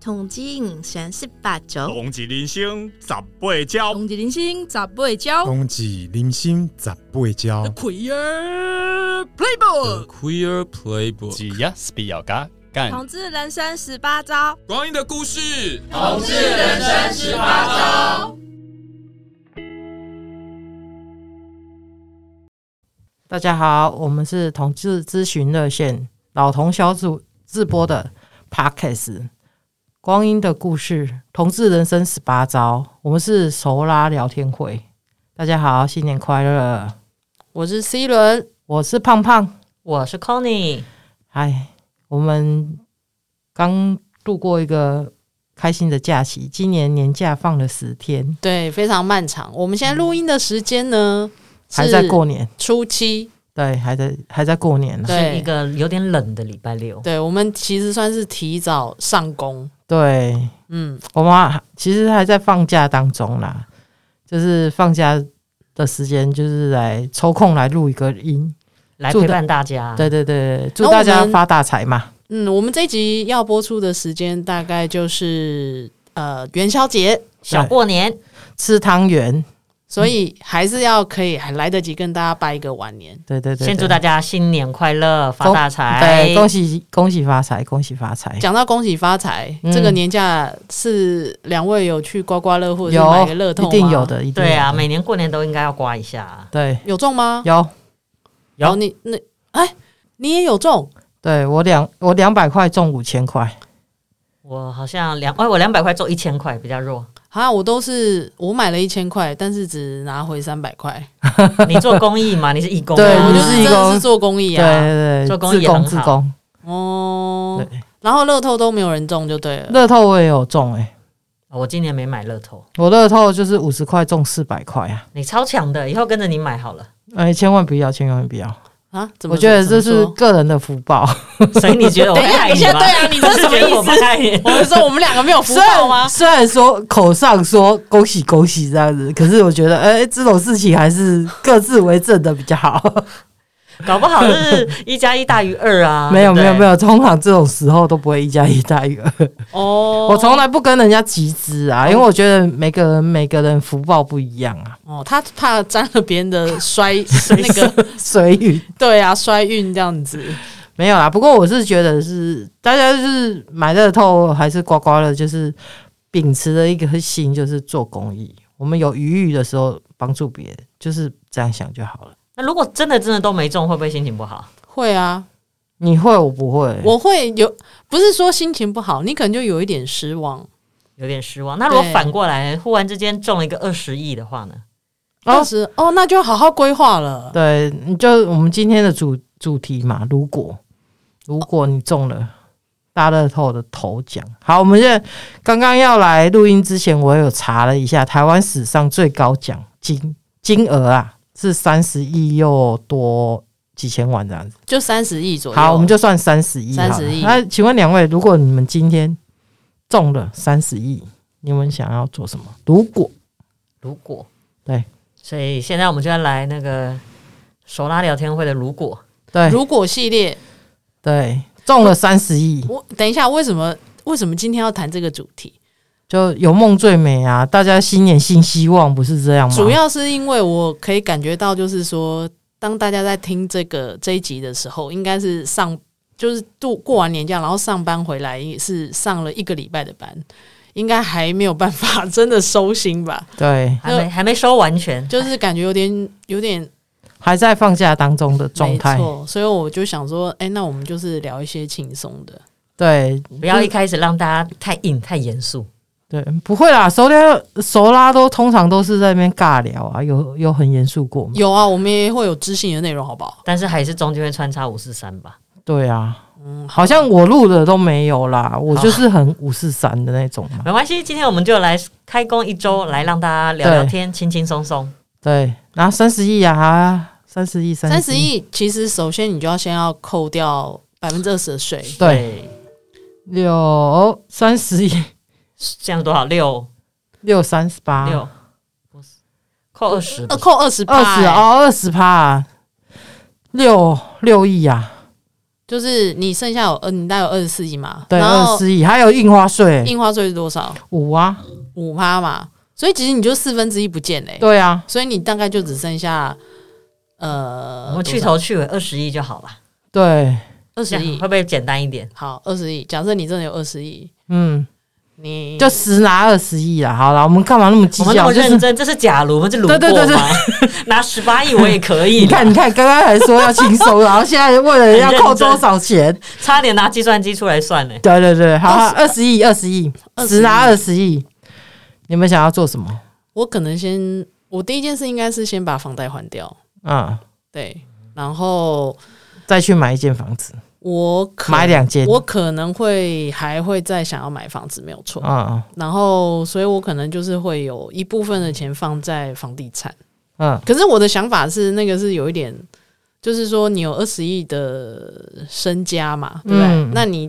统计人生十八啊招，同一人生十八招，同一人生十八招，冬季零星十八招 The，Queer Playbook， Queer Playbook，只要 s p e 嘎干，同志人生十八招。光阴的故事。同志人生十八招。大家好，我们是同志咨询热线老同小组自播的 Podcast《光阴的故事》同志人生十八招，我们是熟拉聊天会。大家好，新年快乐！我是 C 轮，我是胖胖，我是 Conny，哎，我们刚度过一个开心的假期，今年年假放了十天，对，非常漫长。我们现在录音的时间呢，嗯还在过年，初七，对，还在还在过年啊呢，对一个有点冷的礼拜六，对，我们其实算是提早上工，对，嗯，我妈其实还在放假当中啦，就是放假的时间，就是来抽空来录一个音。来住的陪伴大家。对对对，祝那我大家们发大财嘛！嗯，我们这集要播出的时间大概就是呃元宵节，小过年，吃汤圆，所以还是要可以还来得及跟大家拜一个晚年。对对对对先祝大家新年快乐，发恭大财。对，恭喜恭喜发财，恭喜发财！讲到恭喜发财，哎嗯这个年假是两位有去刮刮乐或者是买个乐有透吗一定有，的，一定对啊，有的每年过年都应该要刮一下。对有中吗？有，有你那哎，你也有中，对我两我两百块中五千块，我好像两，哎，我两百块中一千块，比较弱。啊，我都是我买了一千块，但是只拿回三百块。你做公益嘛？你是义工嘛，啊对我你就是是义真的工是做公益对啊。对对，做公益自也很贡好自贡，哦，对，然后乐透都没有人中就对了。乐透我也有中哎、哦我今年没买乐透，我乐透就是五十块中四百块啊！你超强的，以后跟着你买好了， 哎，千万不要，千万不要！啊，怎么我觉得怎这么是说个人的福报。所以你觉得我等一下爱等一你下吗？对啊你这是什 么觉得我意不思爱你？我是说我们两个没有 福虽然报吗？虽然说口上说恭喜恭喜这样子，可是我觉得，哎、这种事情还是各自为政的比较好。 搞不好就是一加一大于二啊！没有对没不有对没，有，通常这种时候都不会一加一大于二。哦，我从来不跟人家集资啊，因为我觉得每个人每个人福报不一样啊，哦，他怕沾了别人的衰 那个，随遇。对啊，衰运这样子。没有啦，不过我是觉得是大家就是买乐透还是刮刮乐，就是秉持着一个心，就是做公益。我们有余裕的时候帮助别人，就是这样想就好了。那如果真的真的都没中，会不会心情不好？会啊，你会我不会，我会有，不是说心情不好，你可能就有一点失哦望。有点失望。那如果对反过来，忽然之间中了一个二十亿的话呢？哦当时哦，那就好好规划了。对，你就我们今天的主主题嘛。如果如果你中了大乐透的头奖，好，我们现在刚刚要来录音之前，我有查了一下，台湾史上最高奖金金额啊是三十亿又多几千万这样子。就三十亿左右。好，我们就算三十亿好了。 30亿那请问两位，如果你们今天中了三十亿，你们想要做什么？如果如果对，所以现在我们就要来那个手拉聊天会的如果，对如果系列，对中了三十亿，我等一下为什么为什么今天要谈这个主题？就有梦最美啊！大家新年新希望，不是这样吗？主要是因为我可以感觉到，就是说，当大家在听这个这一集的时候，应该是上就是度过完年假，然后上班回来也是上了一个礼拜的班，应该还没有办法真的收心吧？ 对，还没还没收完全，就是感觉有点有点还在放假当中的状没态，错，所以我就想说，哎、那我们就是聊一些轻松的。对，不要一开始让大家太硬太严肃。对，不会啦，熟聊熟拉都通常都是在那边尬聊啊，有有很严肃过吗？有啊，我们也会有知性的内容，好不好？但是还是中间会穿插五四三吧，对啊，嗯好像我录的都没有啦，我就是很五四三的那种嘛，没关系。今天我们就来开工一周，来让大家聊聊天，轻轻松松。对，然后三十亿啊，三十亿，三三十，亿，其实首先你就要先要扣掉百分之二十的税，对，，六三十亿，这样多少？六六三十八，六，不是扣二十啊呃，扣二十哦欸二十，哦，二十趴，六六亿啊，就是你剩下有呃，你大概有二十四亿嘛，对，然二后十亿，还有印花税印花税是多少？五啊，五趴嘛，所以其实你就四分之一不见嘞、对啊，所以你大概就只剩下我呃，们去头去尾二十亿就好了，对，二这十样亿会，不会简单一点？好，二十亿。假设你真的有二十亿，嗯，你就十拿二十亿啦。好了，我们干嘛那么计我们那较？么就认是真，这是假如，我们是鲁对对过对吗？ 拿十八亿我也 可以，你看，你看，刚刚还说要轻松， 然后现在为了要扣多少钱？差点拿计算机出来算呢。对对对，好，二十亿，二十亿， 20十拿二十亿，你们想要做什么？我可能先，我第一件事应该是先把房贷还掉，啊，对，然后再去买一间房子，我可买两间，我可能会还会再想要买房子，没有错。嗯然后，所以我可能就是会有一部分的钱放在房地产。嗯可是我的想法是，那个是有一点，就是说你有二十亿的身家嘛，对不对？嗯那你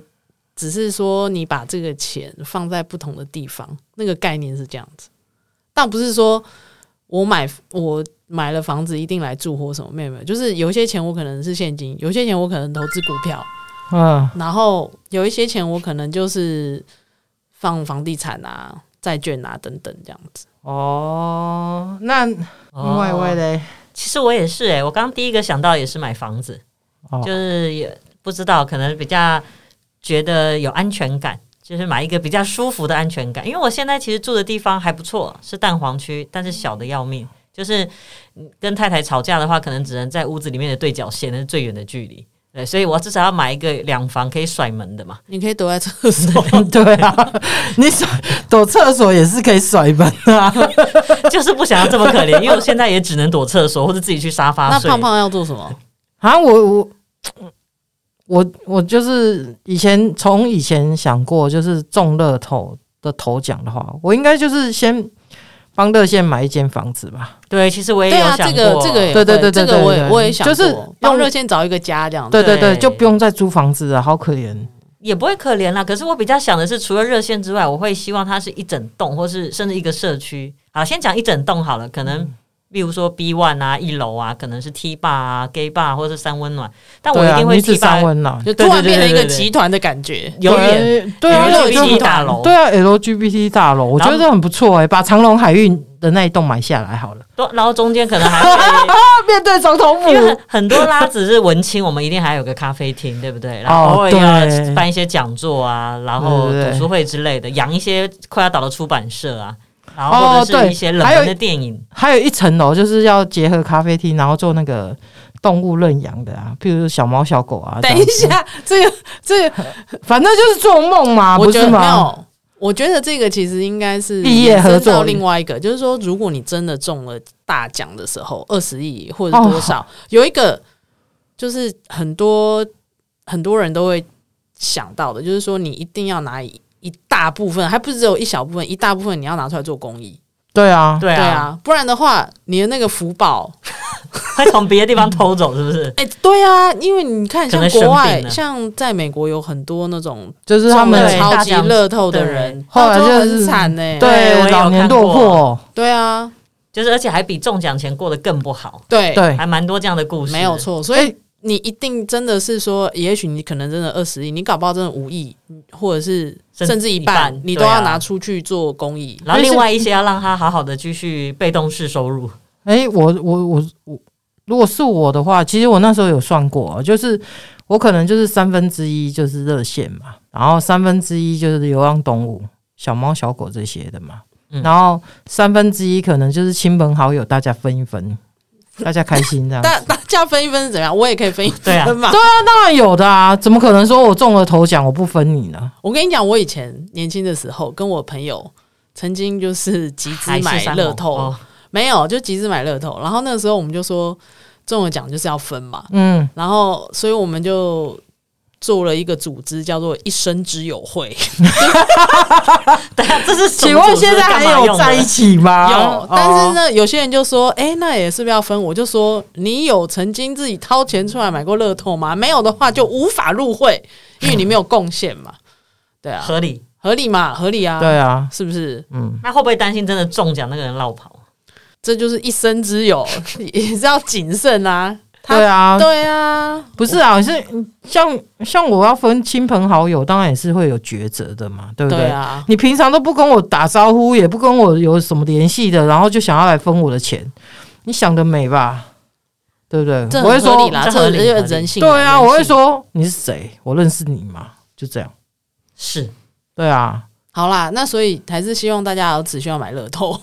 只是说你把这个钱放在不同的地方，那个概念是这样子，但不是说我买我买了房子一定来住或什么，没有没有，就是有一些钱我可能是现金，有一些钱我可能投资股票，嗯然后有一些钱我可能就是放房地产啊、债券啊等等这样子。哦，那另哦外一位嘞，其实我也是诶、欸我刚第一个想到也是买房子，哦就是也不知道，可能比较觉得有安全感，就是买一个比较舒服的安全感。因为我现在其实住的地方还不错，是蛋黄区，但是小的要命。就是嗯跟太太吵架的话，可能只能在屋子里面的对角线，那是最远的距离。对，所以我至少要买一个两房可以甩门的嘛。你可以躲在厕所， 嗯对啊，你甩躲厕所也是可以甩门啊， 就是不想要这么可怜，因为我现在也只能躲厕啊所或者自己去沙发那睡。胖胖要做什么？啊，我我我我就是以前从以前想过，就是中乐透的头奖的话，我应该就是先帮乐线买一间房子吧。对，其实我也对哎有啊，想过，这个这个也对对会对对这个我也对我也想过，就是帮用热线找一个家这样。对对对，哦对就不用再租房子了，好可怜。也不会可怜啦。可是我比较想的是，除了热线之外，我会希望它是一整栋，或是甚至一个社区。好，先讲一整栋好了，可能。嗯例如说 B one 啊，一楼啊，可能是 T 吧啊、Gay 吧，或是三温暖，但我对一啊，定会女子 T 吧三，温暖，就对突然对对变成一个对对对集团的感觉。有点对啊，有点就 LGBT 大楼对啊，LGBT 大楼，我觉然后得很不错哎、把长隆海运的那一栋买下来好了。多，然后中间可能还会面对总统因为很很多拉子是文青，我们一定还有个咖啡厅，对不 对？然后偶尔哦对要办一些讲座啊，然对后对对读书会之类的，养一些快要倒的出版社啊，然哦后或者对是一些冷还有门的电影。还有一层楼就是要结合咖啡厅，然后做那个动物认养的啊，譬如小猫小狗啊。等一下，这个这个，这样，反正就是做梦嘛，我啊不觉是得没吗？有。我觉得这个其实应该是毕业合作延伸到另外一个，就是说，如果你真的中了大奖的时候，二十亿或者哦多少，有一个就是很多很多人都会想到的，就是说你一定要拿一一大部分，还不是只有一小部分，一大部分你要拿出来做公益。对啊，对对啊，啊，不然的话，你的那个福报会从别的地方偷走，是不是？哎、对啊，因为你看，可像能国生外病，了像在美国有很多那种就是他中们了对超大级奖乐透的对人，后来到最就是很惨欸呢、对我也有老年看过落魄，对啊，就是而且还比中奖前过得更不好，对，对还蛮多这样的故事。没有，错。所以你一定真的是说，也许你可能真的二十亿，你搞不好真的五亿，或者是甚甚至一一半半，你都对啊要拿出去做公益。然后另外一些要让他好好的继续被动式收入。哎、我我我我，如果是我的话，其实我那时候有算过啊，就是我可能就是三分之一就是热线嘛，然后三分之一就是流浪动物、小猫小狗这些的嘛，嗯然后三分之一可能就是亲朋好友大家分一分，大家开心这 样。大大家分一分是怎么样？我也可以分一对啊分嘛。当然有的啊，怎么可能说我中了头奖我不分你呢？我跟你讲，我以前年轻的时候，跟我朋友曾经就是集资海誓买山盟乐透， 哦没有，就集资买乐透。然后那个时候我们就说中了奖就是要分嘛，嗯，然后所以我们就做了一个组织，叫做“一生之友会对啊，这是什么请问组织现在干还嘛有用的在一起”吗？有，但是哦，呢，有些人就说：“哎、那也是不是要分？”我就说：“你有曾经自己掏钱出来买过乐透吗？没有的话就无法入会，因为你没有贡献 嘛。”对啊，合理？合理嘛，合理啊，对，啊，是不是？嗯，那会不会担心真的中奖那个人落跑？这就是一生之友，也是要谨慎啊。他对啊对啊，不是啊，是像像我要分亲朋好友，当然也是会有抉择的嘛，对不对啊，你平常都不跟我打招呼，也不跟我有什么联系的，然后就想要来分我的钱，你想得美吧？对不对？这我会很合说理，啦，这这合理这合理人性。对啊，人性我会说你是谁？我认识你吗？就这样。是对啊，好啦，那所以还是希望大家只需要买乐透。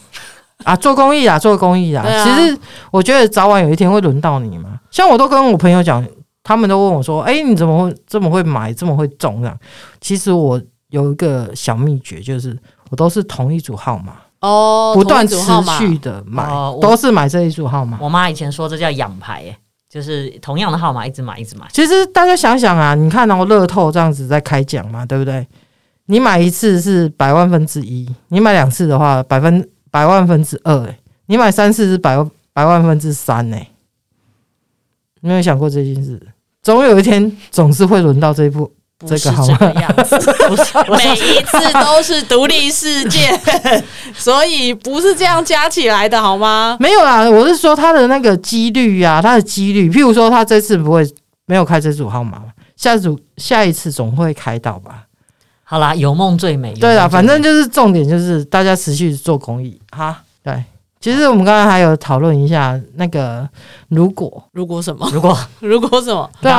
啊，做公益啊，做公益啊。对啊其实我觉得早晚有一天会轮到你嘛。像我都跟我朋友讲，他们都问我说：“哎、你怎么会这么会买，这么会中这样？”其实我有一个小秘诀，就是我都是同一组号码，哦，不断同持一组号码续的买，哦我都是买这一组号码。我妈以前说这叫养牌、欸，就是同样的号码一直买一直买。其实大家想想啊，你看哦，乐透这样子在开奖嘛，对不对？你买一次是百万分之一，你买两次的话，百分百万分之二、欸，你买三次是百万百万分之三呢、欸。你有没有想过这件事？总有一天，总是会轮到这一步。不这是个好这个样子， 不是我每说一次都是独立事件， 所以不是这样加起来的好吗？没有啦，我是说它的那个几率啊，它的几率，譬如说他这次不会没有开这组号码嘛，下组下一次总会开到吧？好啦，有梦最美。有对啦，梦最反美正就是重点就是大家持续做公益哈。对，其实我们刚才还有讨论一下那个，如果如果什么？ 如果如果什么？对啊，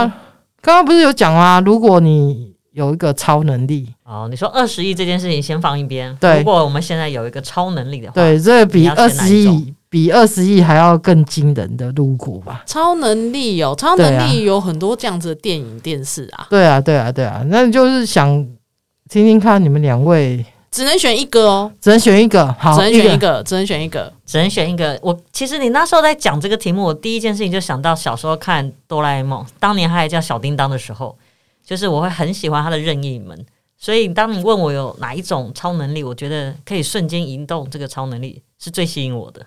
刚刚不是有讲吗？如果你有一个超能力，哦，你说二十亿这件事情先放一边。对如果我们现在有一个超能力的话，对，这你比要二选哪十一种亿比二十亿还要更惊人的如果吧？超能力有、超能力有很多这样子的电影、电视啊，对啊，对啊，对啊，那就是想听听看你们两位只能选一个哦，只能选一个，好，只能选一个，只能选一个。只能选一个。我其实你那时候在讲这个题目，我第一件事情就想到小时候看《哆啦 A 梦》，当年它还叫小叮当的时候，就是我会很喜欢它的任意门。所以当你问我有哪一种超能力，我觉得可以瞬间移动这个超能力是最吸引我的。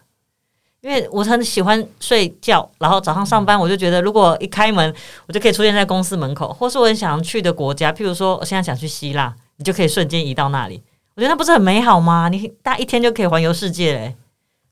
因为我很喜欢睡觉，然后早上上班，我就觉得如果一开门，我就可以出现在公司门口，或是我很想去的国家，譬如说我现在想去希腊，你就可以瞬间移到那里。我觉得那不是很美好吗？你大一天就可以环游世界嘞、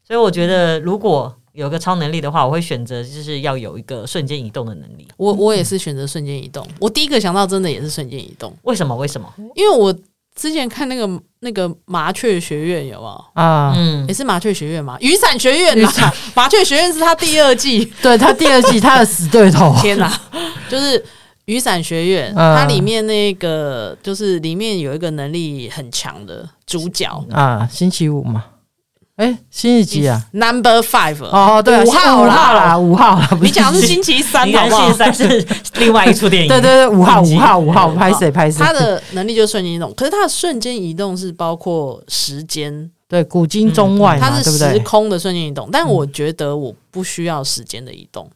所以我觉得，如果有个超能力的话，我会选择就是要有一个瞬间移动的能力。我我也是选择瞬间移动，我第一个想到真的也是瞬间移动，为什么？为什么？因为我之前看那个那个麻雀学院有没有？啊。嗯也，是麻雀学院嘛，雨伞学院啦，麻雀学院是他第二季。对他第二季他的死对头 天哪、就是雨伞学院，哦嗯它里面那个就是里面有一个能力很强的主角啊，星期五嘛，哎、星期几啊？ Number Five。哦，对啊，五五号号啦，啦，五号啦，不你讲的是星期三你好看不星期好？三 是另外一出电影，对对对，五号星期五号五号，哦拍谁拍谁。他的能力就是瞬间移动，可是他的瞬间移动是包括时间，对古今中外嘛，它对是不时对？空的瞬间移动。但我觉得我不需要时间的移动，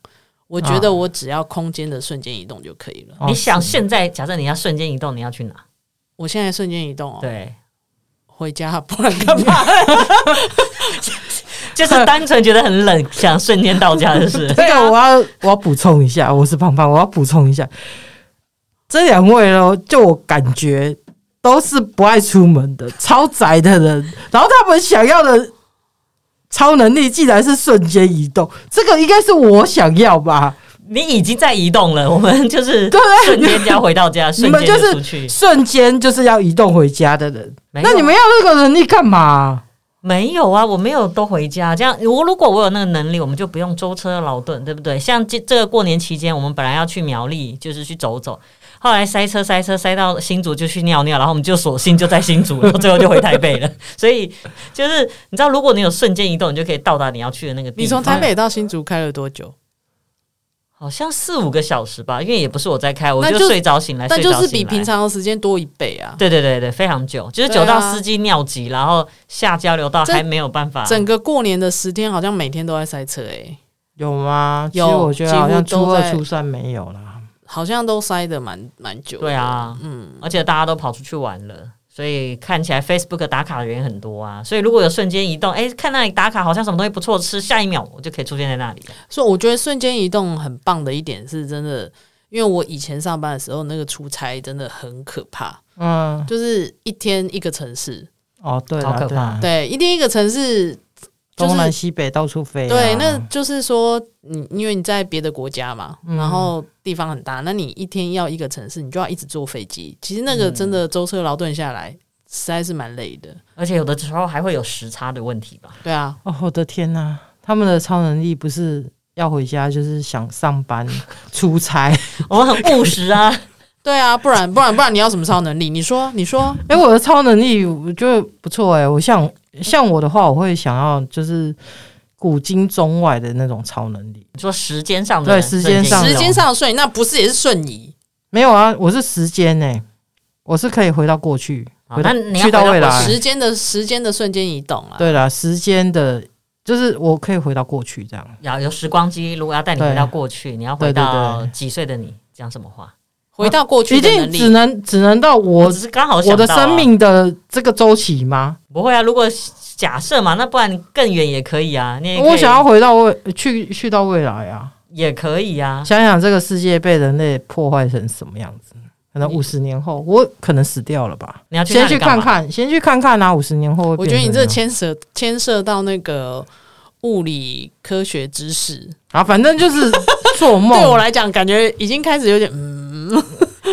我觉得我只要空间的瞬间移动就可以了。哦你想现在，假设你要瞬间移动，你要去哪？我现在瞬间移动哦，对，回家不然干嘛？就是单纯觉得很冷，想瞬间到家， 就是。这个我要我要补充一下，我是胖胖，我要补充一下，这两位呢，就我感觉都是不爱出门的超宅的人，然后他们想要的超能力既然是瞬间移动，这个应该是我想要吧？你已经在移动了，我们就是对不对瞬间就要回到 家，你瞬们间就出是去。瞬间就是要移动回家的人，没有那你们要这个能力干嘛？没有啊，我没有都回家。这样，我如果我有那个能力，我们就不用舟车劳顿，对不对？像这这个过年期间，我们本来要去苗栗，就是去走走，后来塞车塞车塞到新竹就去尿尿，然后我们就索性就在新竹，然后最后就回台 北了。所以就是你知道，如果你有瞬间移动，你就可以到达你要去的那个地方。你从台北到新竹开了多久？好像四五个小时吧，因为也不是我在开，我那就就睡着醒来，但睡就着是醒比来平。常的时间多一倍啊。对对对对，非常久，就是对啊久到司机尿急，然后下交流道这还没有办法。整个过年的十天，好像每天都在塞车、欸，有吗？有其实我觉得好像几乎初都在二、初三没有啦。好像都塞的蛮蛮久。对，啊，嗯，而且大家都跑出去玩了，所以看起来 Facebook 打卡的人也很多啊。所以如果有瞬间移动，哎、看那里打卡好像什么东西不错吃，下一秒我就可以出现在那里了。所以我觉得瞬间移动很棒的一点是，真的，因为我以前上班的时候，那个出差真的很可怕，嗯，就是一天一个城市，哦，对啦好可怕对啦对，一天一个城市。就是东南西北到处飞啊、对，那就是说，你因为你在别的国家嘛，嗯然后地方很大，那你一天要一个城市，你就要一直坐飞机。其实那嗯个真的舟车劳顿下来，实在是蛮累的。而且有的时候还会有时差的问题 吧。对啊，哦，我的天哪、他们的超能力不是要回家，就是想上 班出差。我们很务实啊，对啊，不然不然不然你要什么超能力？你说，你说，哎、我的超能力我觉得不错哎、我像像我的话，我会想要就是古今中外的那种超能力。你说时间上的对时间上时的间上的顺，那不是也是瞬移？没有啊，我是时间哎、我是可以回到过去，好回到那你要去到回到未过来。时间的时间的瞬间移动啊。哎对啦，时间的，就是我可以回到过去这样。要有时光机，如果要带你对回到过去，你要对回对到对几岁的你讲什么话？回到过去一的定能只力，能只能到我只是刚好我想到的啊生命的这个周期吗？不会啊。如果假设嘛，那不然你更远也可以啊。你也可以我想要回到未去去到未来啊！也可以啊。想想这个世界被人类破坏成什么样子，可能五十年后我可能死掉了吧？你要去那先里去干看嘛，看，先去看看啊！五十年后会我觉得变你成怎这样牵涉牵涉到那个物理科学知识，啊，反正就是做梦。对我来讲，感觉已经开始有点嗯。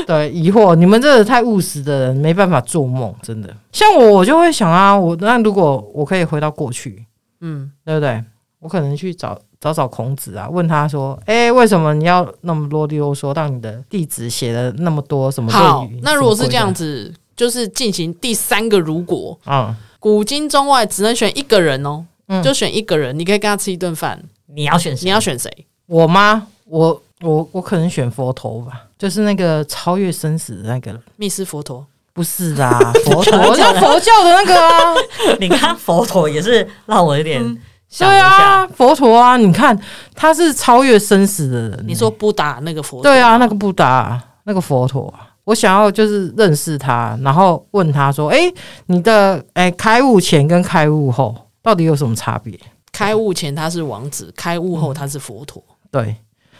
对，疑惑，你们这个太务实的人没办法做梦，真的。像我，我就会想啊，我那如果我可以回到过去，嗯对不对？我可能去找找找孔子啊，问他说：“哎，为什么你要那么啰里啰嗦，让你的弟子写了那么多什么好论语？”，那如果是这样子，子，就是进行第三个如果，嗯，古今中外只能选一个人哦，嗯就选一个人，你可以跟他吃一顿饭，你要选谁？你要选谁？我妈，我我我可能选佛头吧，就是那个超越生死的那个人。密斯佛陀，不是的，佛陀，就佛教的那个 啊，你看佛陀也是让我有点想嗯对一下。啊，佛陀啊，你看他是超越生死的人欸、你说不打那个佛陀，对啊，那个布达，那个佛陀啊，我想要就是认识他，然后问他说：“诶，你的诶开悟前跟开悟后到底有什么差别开悟前他是王子，开悟后他是佛陀，？”对，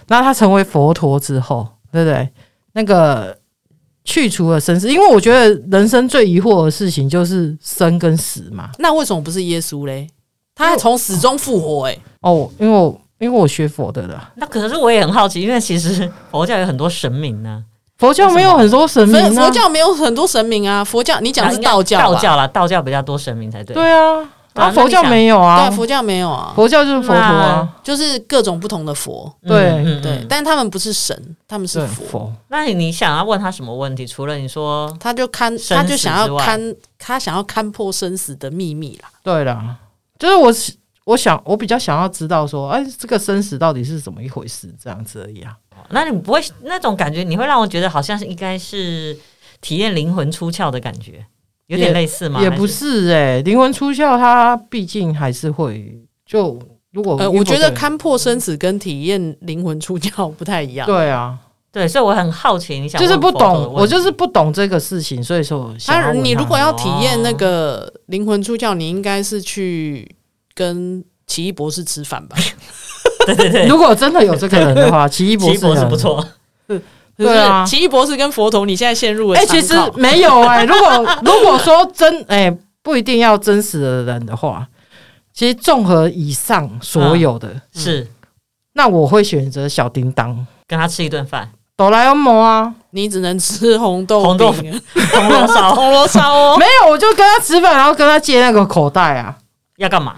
那他成为佛陀之后，对不对？那个去除了生死，因为我觉得人生最疑惑的事情就是生跟死嘛。那为什么不是耶稣嘞？他还从死中复活、欸，哦，因为我因为我学佛的啦，那可是我也很好奇，因为其实佛教有很多神明呢、佛教没有很多神明、佛啊，佛教没有很多神明啊，佛教你讲的是道教吧，道教啦，道教比较多神明才对。对啊，对啊啊佛教没有对啊，啊，佛教没有啊，佛教就是佛陀啊，就是各种不同的佛，嗯对嗯对，但他们不是神，他们是对佛，佛。那你想要问他什么问题？除了你说他就看，生他就死想之要外看，他想要看破生死的秘密啦。对啦，就是我是我想我比较想要知道说，哎，这个生死到底是怎么一回事，这样子而已啊。那你不会那种感觉，你会让我觉得好像是应该是体验灵魂出窍的感觉，有点类似吗？也还不是哎、灵魂出窍，它毕竟还是会就如果呃，哦因为我觉得个人看破生死跟体验灵魂出窍不太一样。对啊，对，所以我很好奇，你想就是不问佛陀的懂，问题我就是不懂这个事情，所以说想要他问他你如果要体验那个灵魂出窍，你应该是去跟奇异博士吃饭 吧？对对 对，如果真的有这个人的 话，奇异博奇异士博士呢不，错，对啊就是奇异博士跟佛陀，你现在陷入了哎、哎，其实没有哎、如果如果说真哎、不一定要真实的人的话，其实综合以上所嗯有的，是那我会选择小叮当、跟他吃一顿饭，哆啦 A 梦啊。你只能吃红豆红豆饼啊铜 锣烧红螺烧哦。没有，我就跟他吃饭，然后跟他借那个口袋啊， 要干嘛？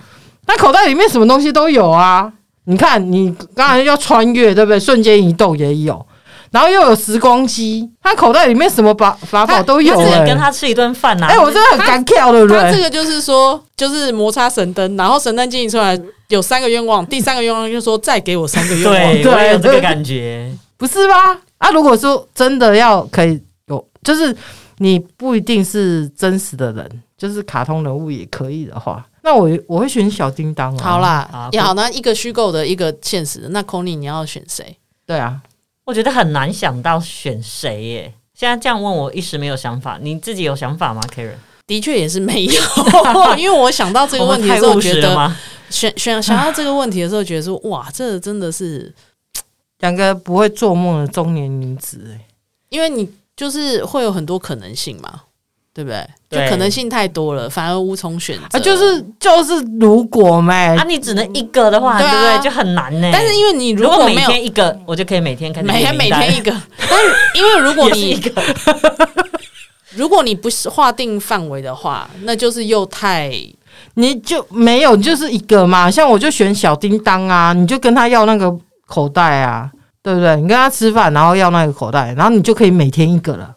他口袋里面什么东西都有啊。你看，你刚才要穿越，对不对？瞬间移动也有，然后又有时光机，他口袋里面什么法法宝都有、只欸。能跟他吃一顿饭呐。啊哎、我真的很敢跳，对不他这对？个就是说，就是摩擦神灯，然后神灯建议出来有三个愿望，第三个愿望就说再给我三个愿望。 对，对我也有这个感觉。不是吧？啊，如果说真的要可以有，就是你不一定是真实的人，就是卡通人物也可以的话，那我我会选小叮当、啊。好，啦 好，也好，那一个虚构的，一个现实的。那 c o n y 你要选谁？对啊，我觉得很难想到选谁耶。现在这样问我一时没有想法，你自己有想法吗，Karen？的确也是没有， 因为我想到这个 我问题们的太时候，务觉实了得吗？选选想到这个问题的时候，觉得说哇，这真的是，两个不会做梦的中年女子、欸，因为你就是会有很多可能性嘛。对不对？就对可能性太多了，反而无从选择。啊，嗯就是就是如果哎嘛啊，，你只能一个的话，对对啊不对？就很难呢。但是因为你如果每没有天一个，我就可以每天看。每天每天一个，个， 但是因为如果也是一你个， 如果你不是划定范围的话，那就是又太你就没有就是一个嘛。像我就选小叮当啊，你就跟他要那个口袋啊，对不对？你跟他吃饭，然后要那个口袋，然后你就可以每天一个了。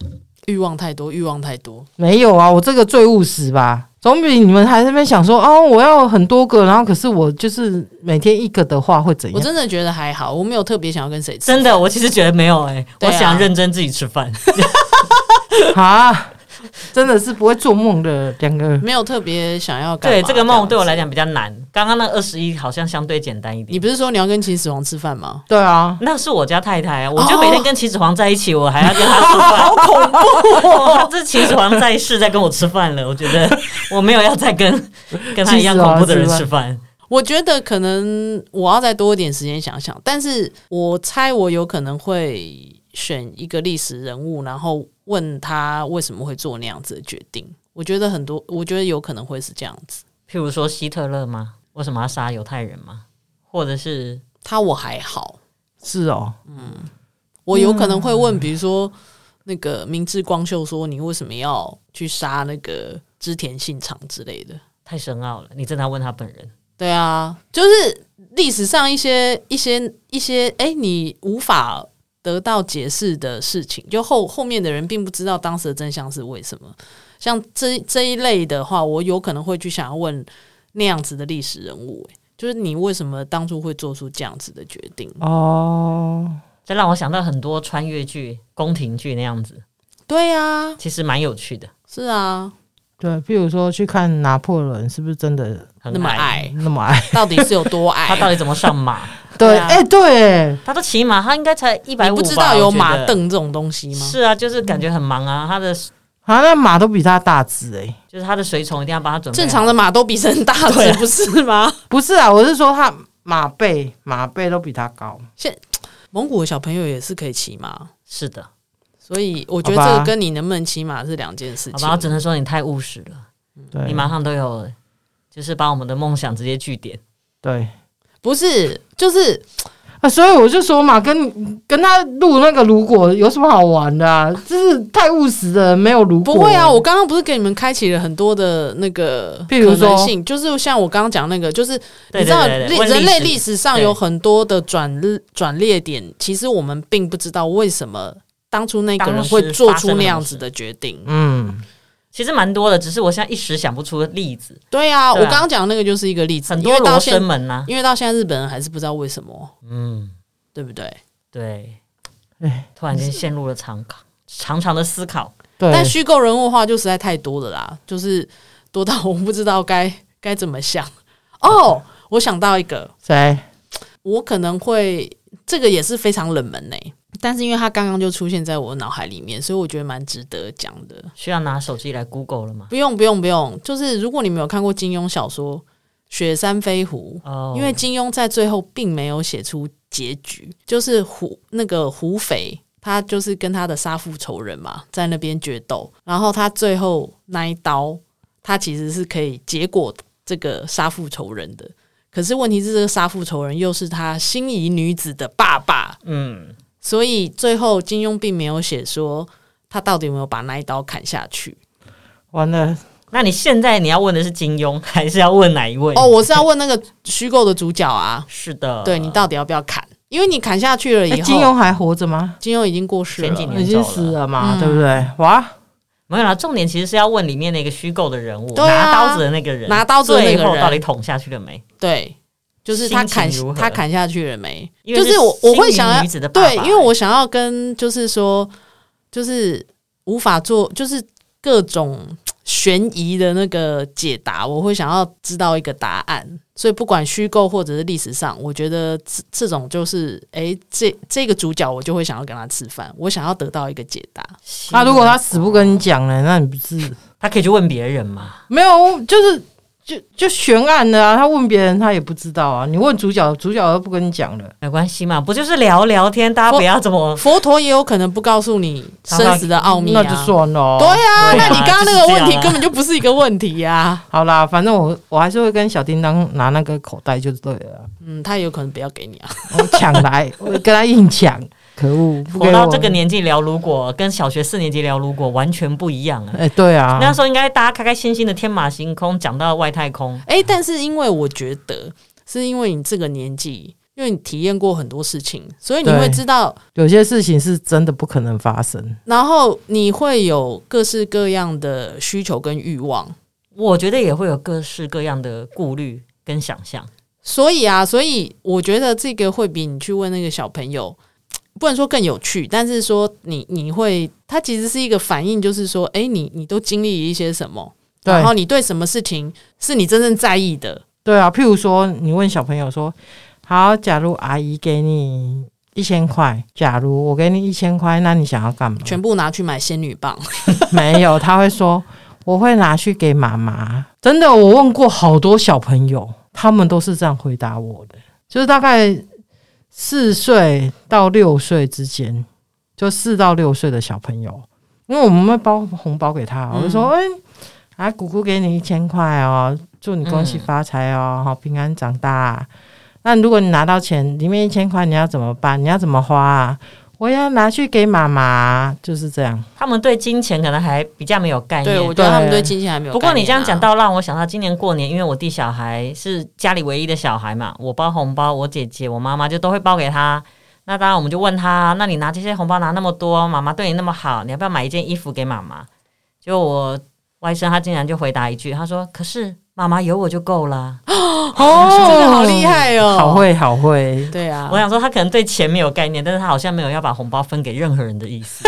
欲望太多，欲望太多。没有啊，我这个最务实吧，总比你们还在那边想说哦，我要很多个，然后可是我就是每天一个的话会怎我样？真的觉得还好，我没有特别想要跟谁吃。真的，我其实觉得没有哎，对我啊想认真自己吃饭。啊，真的是不会做梦的两个人。没有特别想要干嘛对，这个梦对我来这样讲比较难。刚刚那二十一好像相对简单一子，你点。不是说你要跟秦始皇吃饭吗？对啊，那是我家太太哦啊，我就每天跟秦始皇在一起，我还要跟他 吃饭，好恐怖、哦 这秦始皇在世在跟我吃饭了，我 觉得我没有要再跟跟他一样恐怖的人吃饭。我觉得可能我要再多一点时间想想，但是我猜我有可能会选一个历史人物，然后问他为什么会做那样子的决定。我觉得很多，我觉得有可能会是这样子。譬如说希特勒吗？为什么要杀犹太人吗？或者是他我还好，是哦，我有可能会问，比如说那个明治光秀说你为什么要去杀那个织田信长之类的。太深奥了，你真的要问他本人？对啊，就是历史上一些一些一些，哎、你无法得到解释的事情，就后后面的人并不知道当时的真相是为什么。像这这一类的话，我有可能会去想要问那样子的历史人物、诶就是你为什么当初会做出这样子的决定？哦，这让我想到很多穿越剧、宫廷剧那样子，对啊，其实蛮有趣的，是啊，对，比如说去看拿破仑是不是真的很那么矮。爱，那么矮？ 到底是有多 他到爱？底怎么 上马？对，对啊哎、对，他都骑马，他应该才一百你五不知道有马凳这种东西吗？是啊，就是感觉很忙啊。他的好像那马都比他大只哎、就是他的随从一定要帮他准备好正常的马都比人大对只，啊不是吗？ 不是啊，我是说他马背马背都比他高。蒙古的小朋友也是可以骑马，是的，所以我觉得好吧这个跟你能不能骑马是两件事好情。吧，我只能说你太务实了，对，你马上都有，就是把我们的梦想直接据点。对不是，就是啊，所以我就说嘛，跟跟他录那个如果有什么好玩的、啊，就是太务实了，没有如果。不会啊！我刚刚不是给你们开启了很多的那个譬如可说能性，就是像我刚刚讲那个，就是对你知道对对对历问人类历历史史上对有很多的转日转列点，其实我们并不知道为什么当初那个人会做当时出发生了那样什么子的决定。嗯，其实蛮多的，只是我现在一时想不出例子，对啊，对啊我刚刚讲的那个就是一个例子，很因多为到罗现生门呐、因为到现在日本人还是不知道为什么，嗯，对不对？对哎，突然间陷入了长考。长长的思考，对，但虚构人物化就实在太多了啦，就是多到 我不知道该该怎么想。哦，我想到一个，谁？我可能会这个也是非常冷门呢、但是因为它刚刚就出现在我脑海里面，所以我觉得蛮值得讲的。需要拿手机来 Google 了吗？不用不用不用，就是如果你没有看过金庸小说《雪山飞狐》，哦，因为金庸在最后并没有写出结局，就是胡那个胡斐，他就是跟他的杀父仇人嘛，在那边决斗，然后他最后那一刀，他其实是可以结果这个杀父仇人的。可是问题是，这个杀父仇人又是他心仪女子的爸爸，嗯，所以最后金庸并没有写说他到底有没有把那一刀砍下去。完了，那你现在你要问的是金庸，还是要问哪一位？哦，，我是要问那个虚构的主角啊，是的，对你到底要不要砍？因为你砍下去了哎以后，金庸还活着吗？金庸已经过世了，前几年已走经了死了嘛，嗯对不对？哇，没有啦，重点其实是要问里面那个虚构的人物，对啊拿刀子的那个人，拿刀子的那个人最后到底捅下去了没？对，就是他砍心情如何他砍下去了没？因为就是我心我灵会想要女子的爸爸欸对，因为我想要跟就是说，就是无法做，就是各种悬疑的那个解答，我会想要知道一个答案。所以不管虚构或者是历史上，我觉得这这种就是，诶，这这个主角我就会想要跟他吃饭，我想要得到一个解答。那、如果他死不跟你讲呢？那你不是他可以去问别人嘛？没有？就是就就悬案的啊，他问别人他也不知道啊，你问主角，主角都不跟你讲了。没关系嘛，不就是聊聊天？大家不要怎么佛陀也有可能不告诉你生死的奥秘、啊，那就算了。对啊，对那啊你刚刚那个问就是这题样啊根本就不是一个问题啊呀、好啦，反正我我还是会跟小叮当拿那个口袋就对了啊，嗯，他有可能不要给你啊。 我抢来，我跟他硬抢，可恶！不给活到我这个，年纪聊如果，跟小学四年级聊如果完全不一样啊。哎、对啊，那时候应该大家开开心心的天马行空，讲到外太空，哎、但是因为我觉得，是因为你这个年纪，因为你体验过很多事情，所以你对会知道，有些事情是真的不可能发生。然后你会有各式各样的需求跟欲望。我觉得也会有各式各样的顾虑跟想象。所以啊，所以我觉得这个会比你去问那个小朋友，不能说更有趣，但是说你你会，它其实是一个反应，就是说，哎、你你都经历一些什么，对然后你对什么事情是你真正在意的，对啊，譬如说，你问小朋友说：“好，假如阿姨给你一千块，假如我给你一千块，那你想要干嘛？”全部拿去买仙女棒。 没有，他会说我会拿去给妈妈。真的，我问过好多小朋友，他们都是这样回答我的，就是大概四岁到六岁之间，就四到六岁的小朋友，因为我们会包红包给他，我就说，哎、啊，姑姑给你一千块哦，祝你恭喜发财哦，好、平安长大、啊那如果你拿到钱，里面一千块，你要怎么办？你要怎么花啊？我要拿去给妈妈，就是这样。他们对金钱可能还比较没有概念。对，我觉得他们对对啊金钱还没有、啊不过你这样讲，到，让我想到今年过年，因为我弟小孩是家里唯一的小孩嘛，我包红包，我姐姐、我妈妈就都会包给他。那当然，我们就问他，那你拿这些红包拿那么多，妈妈对你那么好，你要不要买一件衣服给妈妈？就我外甥，他竟然就回答一句，他说：“可是妈妈有我就够了。哦，真的好厉害哦，好。会好会，对啊我，想说，他可能对钱没有概念，但是他好像没有要把红包分给任何人的意思。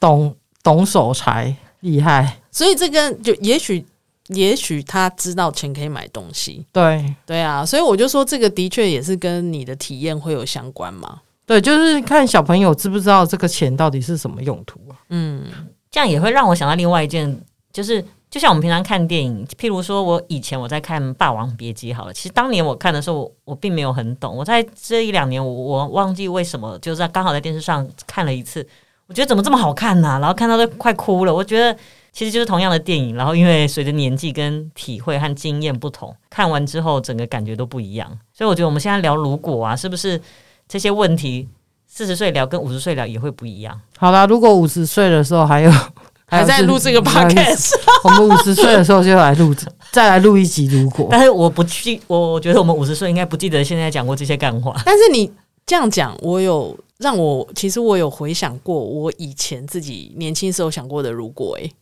懂懂守财，厉害。所以这个就也许，也许他知道钱可以买东西，对对啊，所以我就说这个的确也是跟你的体验会有相关嘛。对，就是看小朋友知不知道这个钱到底是什么用途啊？嗯，这样也会让我想到另外一件，就是就像我们平常看电影，譬如说我以前我在看《霸王别姬》好了，其实当年我看的时候，我我并没有很懂，我在这一两年我我忘记为什么，就是在刚好在电视上看了一次，我觉得怎么这么好看呐、然后看到都快哭了，我觉得。其实就是同样的电影，然后因为随着年纪跟体会和经验不同，看完之后整个感觉都不一样。所以我觉得我们现在聊如果啊，是不是这些问题四十岁聊跟五十岁聊也会不一样？好啦，如果五十岁的时候还有 还在录这个 podcast，我们五十岁的时候就来录，再来录一集。如果但是我不记，我我觉得我们五十岁应该不记得现在讲过这些干话。 但是你这样讲，我有让我其实我有回想过我以前自己年轻时候想过的，如果诶、你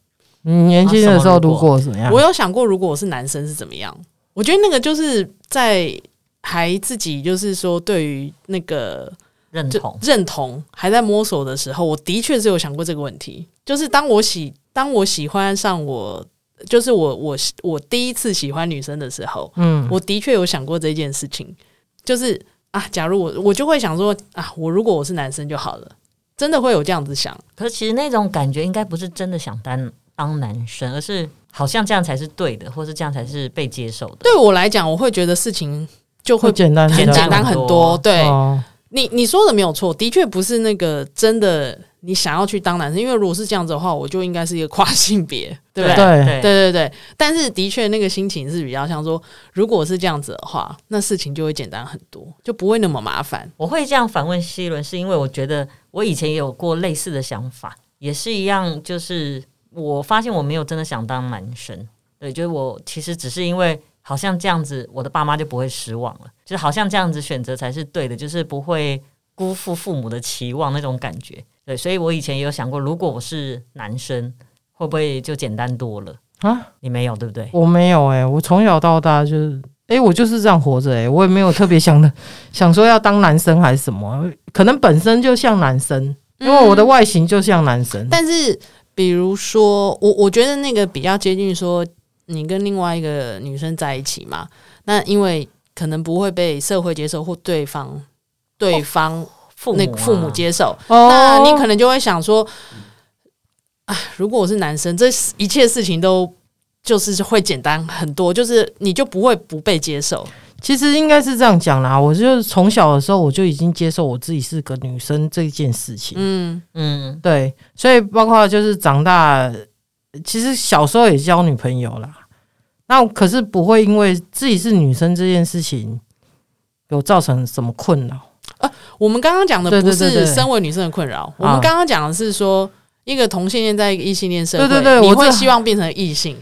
嗯年轻的时候啊什么如如果怎么样我？有想过，如果我是男生是怎么样？我觉得那个就是在还自己就是说对于那个认就同，认同还在摸索的时候，我的确是有想过这个问题。就是当我喜当我喜欢上我，就是我我我第一次喜欢女生的时候，嗯，我的确有想过这件事情。就是啊，假如我我就会想说啊，我如果我是男生就好了，真的会有这样子想。可是其实那种感觉应该不是真的想当当男生，而是好像这样才是对的，或是这样才是被接受的。对我来讲，我会觉得事情就会会简单很简简单很很多多。对，哦你你说的没有错，的确不是那个真的你想要去当男生，因为如果是这样子的话，我就应该是一个跨性别，对不对？对对对对对，但是的确那个心情是比较像说，如果是这样子的话，那事情就会简单很多，就不会那么麻烦。我会这样反问希伦，是因为我觉得我以前也有过类似的想法，也是一样，就是我发现我没有真的想当男生，对，就是我其实只是因为好像这样子，我的爸妈就不会失望了，就是好像这样子选择才是对的，就是不会辜负父母的期望那种感觉，对，所以我以前也有想过，如果我是男生，会不会就简单多了？啊，你没有，对不对？我没有哎、我从小到大就是。哎、我就是这样活着哎、我也没有特别想的， 想说要当男生还是什么，可能本身就像男生，因为我的外形就像男生。嗯但是比如说，我我觉得那个比较接近说，你跟另外一个女生在一起嘛，那因为可能不会被社会接受或对方对方、哦父母、啊那个父母，接受，哦那你啊可能就会想说，哎，如果我是男生，这一切事情都就是会简单很多，就是你就不会不被接受。其实应该是这样讲啦，我就是从小的时候我就已经接受我自己是个女生这件事情，嗯，嗯，对，所以包括就是长大，其实小时候也交女朋友啦，那可是不会因为自己是女生这件事情有造成什么困扰，我们刚刚讲的对对不对对啊是身为女生的困扰，我们刚刚讲的是说一个同性恋在一个异性恋社会，对对对你我会这希望变成异性，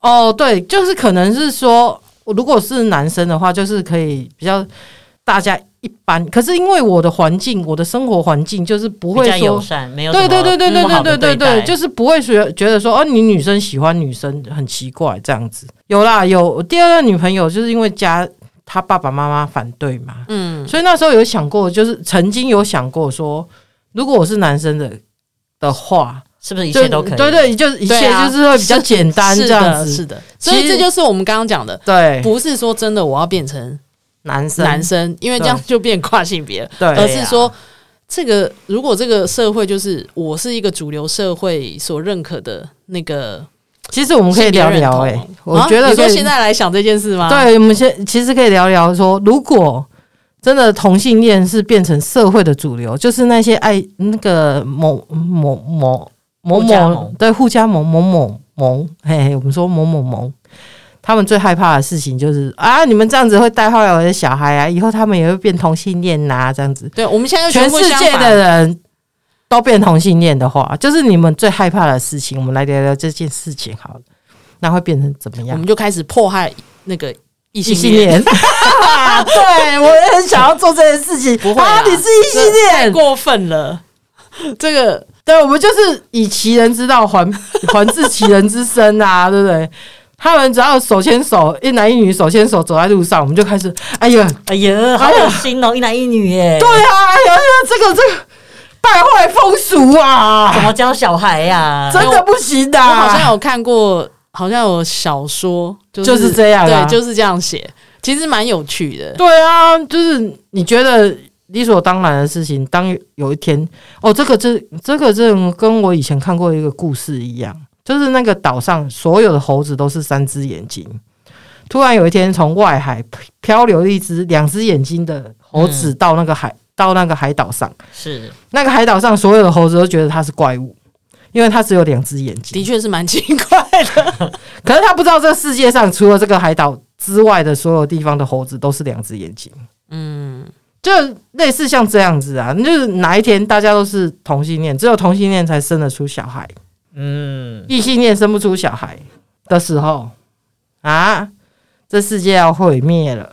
哦，对，就是可能是说，如果是男生的话，就是可以比较大家一般。可是因为我的环境，我的生活环境就是不比会较友说，善，没有对什对么对对对不好对的对对对待对，就是不会觉觉得说，哦，你女生喜欢女生很奇怪这样子。有啦，有我第二个女朋友就是因为家她爸爸妈妈反对嘛，嗯，所以那时候有想过，就是曾经有想过说，如果我是男生的的话，是不是一一切都可以？对对，就一切对啊就是会比较简单是这样的，子是。的，所以其实这就是我们刚刚讲的，对，不是说真的我要变成男生，男生，啊因为这样就变跨性别了，对，啊而是说。这个如果这个社会就是我是一个主流社会所认可的那个其实我们可以性别聊认同聊啊，哎、我觉得你可说以现在啊来想这件事吗？，对，我们先其实可以聊聊说，如果真的同性恋是变成社会的主流，就是那些爱那个某某某某互加某盟对互加盟某某某，嘿嘿，我们说某某某。他们最害怕的事情就是啊，你们这样子会带坏我的小孩啊，以后他们也会变同性恋呐、这样子。对，我们现在就全部世相界反的人都变同性恋的话，就是你们最害怕的事情。我们来聊聊这件事情好了，那会变成怎么我样们？就开始迫害那个异异性性恋，恋， 对我也很想要做这件事情。不会啦啊，你是异性太恋，过分了。这个对我们就是以其人之道还 还治其人之身啊，对不对？他们只要手牵手，一男一女手牵手走在路上，我们就开始，哎呀，哎呀，好恶心哦，一男一女耶，对啊，哎呀，哎呀这个这个败坏风俗怎啊，么教小孩呀？真的不行的、啊我啊好像有看过，好像有小说，就是、就是这样啊对，就是这样写，其实蛮有趣的。 对啊，就是你觉得理所当然的事情，当有一天哦，这个这这个这种跟我以前看过一个故事一样，就是那个岛上所有的猴子都是三只眼睛，突然有一天从外海漂流了一只两只眼睛的猴子到那个海、到那个海岛上，是那个海岛上所有的猴子都觉得它是怪物。因为它只有两只眼睛，的确是蛮奇怪 的，可是他不知道这个世界上除了这个海岛之外的所有地方的猴子都是两只眼睛。嗯，就类似像这样子啊，就是哪一天大家都是同性恋，只有同性恋才生得出小孩，嗯，异性恋生不出小孩的时候啊，这世界要毁灭了。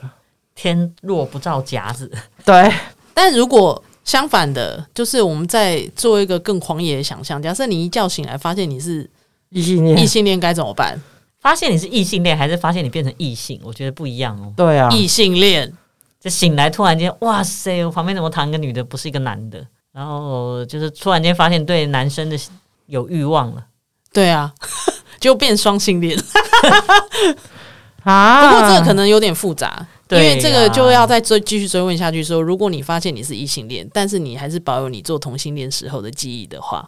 天若不照夹子， 对，但如果相反的，就是我们在做一个更狂野的想象，假设你一觉醒来发现你是异性异恋，性恋，该怎么办？发现你是异性恋，还是发现你变成异性，我觉得不一样哦。对啊，异性恋，就醒来突然间，哇塞，我旁边怎么躺一个女的，不是一个男的？然后就是突然间发现对男生的有欲望了，对啊， 就变双性恋。啊，不过嗯这个可能有点复杂，因对呀为这个就要再追继续追问下去说如果你发现你是异性恋，但是你还是保有你做同性恋时候的记忆的话，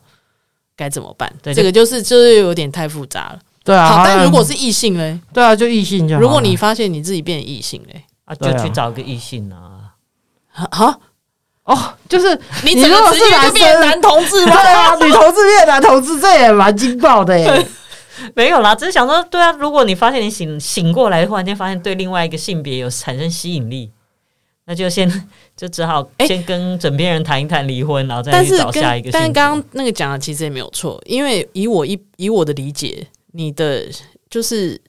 该怎么办？对这个就是就是有点太复杂了。对啊，好，好但如果是异性嘞，对啊，就异性就好了如果你发现你自己变异性嘞，啊，就对啊去找一个异性啊。哈哈，哦，就是 你你怎如么果直是接男就变生成男同志对 吗？啊，女同志变男同志，这也蛮劲爆的耶。没有啦，只是想说，对啊，如果你发现你醒醒过来，忽然间发现对另外一个性别有产生吸引力，那就先 就只好哎先跟枕边人谈一谈离婚，然后再但去是找跟下一个性但别。是刚刚那个讲的其实也没有错，因为以我一以我的理解，你的就是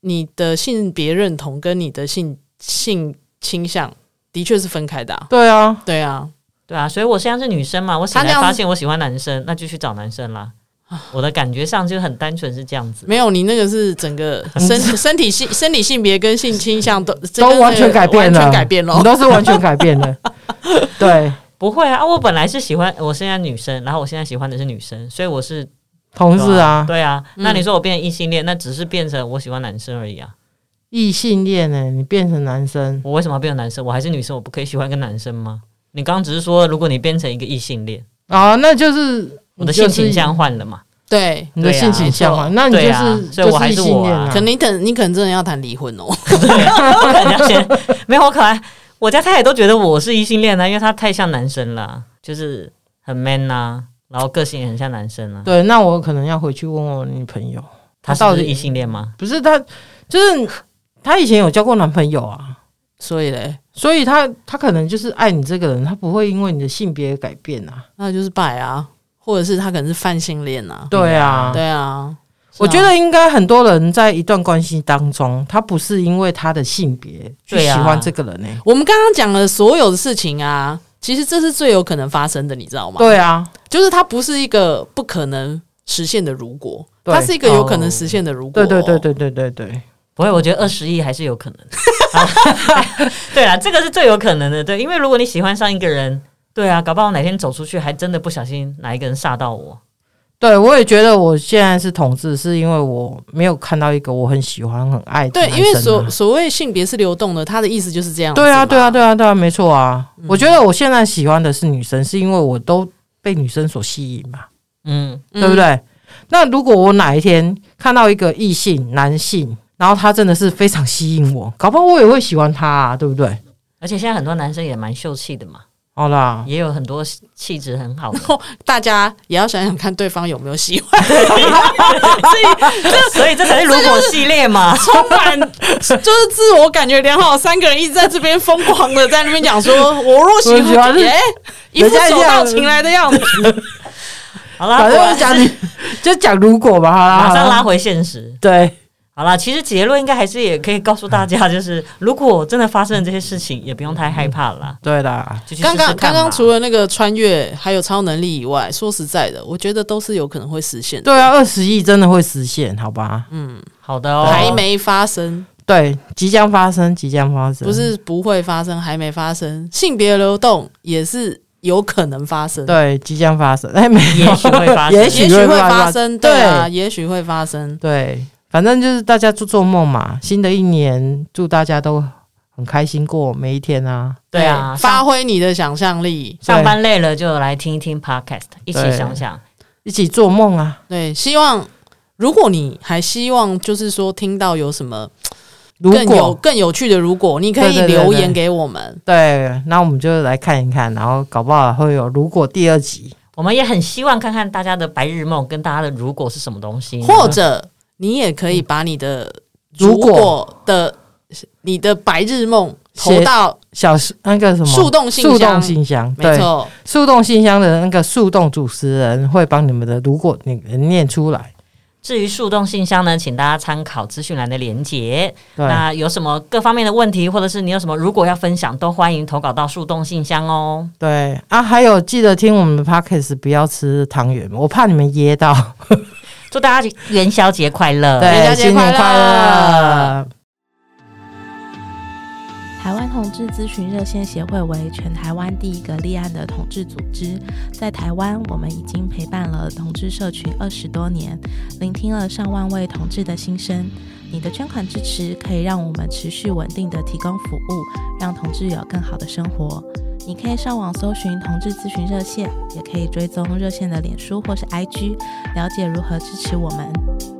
你的性别认同跟你的性性倾向的确是分开的、啊。对啊，对啊，对啊，所以我现在是女生嘛，我醒他这来样发子现我喜欢男生，那就去找男生啦。我的感觉上就很单纯是这样子，没有你那个是 整个身身体性生理性别跟性倾向都都完全改变了，完全改变你了。都是完全改变 了。对，不会啊，我本来是喜欢我现在女生，然后我现在喜欢的是女生，所以我是同志啊，对啊。嗯那你说我变成异性恋，那只是变成我喜欢男生而已啊。异性恋呢、你变成男生，我为什么要变成男生？我还是女生，我不可以喜欢一个男生吗？你刚刚只是说，如果你变成一个异性恋，啊，那就是我的性倾向换了嘛？ 对，你的性倾向嘛，对啊那你就对啊是所以我还就是是异性恋我啊可能你可能你可能真的要谈离婚哦。 我可能要先没有我可能我家太太都觉得我是异性恋呢、因为他太像男生了，就是很 man 呐、然后个性也很像男生啊。对，那我可能要回去问问我女朋友，她他是到不是异底性恋吗？不是她，就是她以前有交过男朋友啊，所以嘞，所以她她可能就是爱你这个人，她不会因为你的性别改变啊。那就是拜啊，或者是他可能是泛性恋啊。对啊，对啊，我觉得应该很多人在一段关系当中，他不是因为他的性别去对喜啊欢这个人欸呢、我们刚刚讲了所有的事情啊，其实这是最有可能发生的，你知道吗？，对啊，就是它不是一个不可能实现的如果，对哦它是一个有可能实现的如果、对对啊对，对对对对，不会，我觉得二十亿还是有可能。 对啊，这个是最有可能的。对，因为如果你喜欢上一个人，对啊，搞不好哪天走出去还真的不小心哪一个人煞到我。对我也觉得我现在是同志，是因为我没有看到一个我很喜欢、很爱的对，因为男生啊所所谓性别是流动的，它的意思就是这样子嘛。对啊，对啊，对啊，对啊，没错啊。我觉得我现在喜欢的是女生，是因为我都被女生所吸引嘛，嗯，嗯对不？对？那如果我哪一天看到一个异性男性，然后他真的是非常吸引我，搞不好我也会喜欢他、啊，对不对？而且现在很多男生也蛮秀气的嘛，好啦，也有很多气质 很好的。大家也要想想看对方有没有喜欢，所以这才是如果系列 嘛。充满就是自我感觉良好。三个人一直在这边疯狂的在那边讲说，我若喜我喜欢欢，是哎、一副人家一手定要到擒来的样子。 好 啦，反正果我然讲是你， 就讲如果吧，好啦，马上好啦拉回现实。对好啦，其实结论应该还是也可以告诉大家，就是如果真的发生了这些事情，也不用太害怕啦。对啦，就去试刚试刚看嗯刚嘛刚除了那个穿越还有超能力以外，说实在的，我觉得都是有可能会实现的。嗯对啊，二十亿真的会实现，好吧？好的哦，还没发生，对，即将发生，即将发生，不是不会发生，还没发生。性别流动也是有可能发生，，对，即将发生，哎，没有，也许会发生也也许许会会发发生生，对对啊，也许会发生。对，反正就是大家做做梦嘛。新的一年，祝大家都很开心过每一天啊！对啊，发上挥你的想象力，上班累了就来听一听 podcast，一起对想想。一起做梦啊！对，希望。如果你还希望就是说听到有什么如更有果更有趣的，如果你可对以对对对留言给我们，对，那我们就来看一看，然后搞不好会有如果第二集。我们也很希望看看大家的白日梦跟大家的如果是什么东西，或者你也可以把你的如如果果的你的白日梦投写到小那个什么树洞信树洞箱信箱，没对，错，树洞信箱的那个树洞主持人会帮你们的，如果你呃念出来，至于树洞信箱呢，请大家参考资讯栏的连结。对，那有什么各方面的问题，或者是你有什么如果要分享，都欢迎投稿到树洞信箱哦。对啊，还有记得听我们的 podcast，不要吃汤圆，我怕你们噎 到。祝大家元宵节快乐！对，元宵节新年快乐快乐！台湾同志咨询热线协会为全台湾第一个立案的同志组织，在台湾，我们已经陪伴了同志社群二十多年，聆听了上万位同志的心声。你的捐款支持可以让我们持续稳定的提供服务，让同志有更好的生活。你可以上网搜寻同志咨询热线，也可以追踪热线的脸书或是 IG，了解如何支持我们。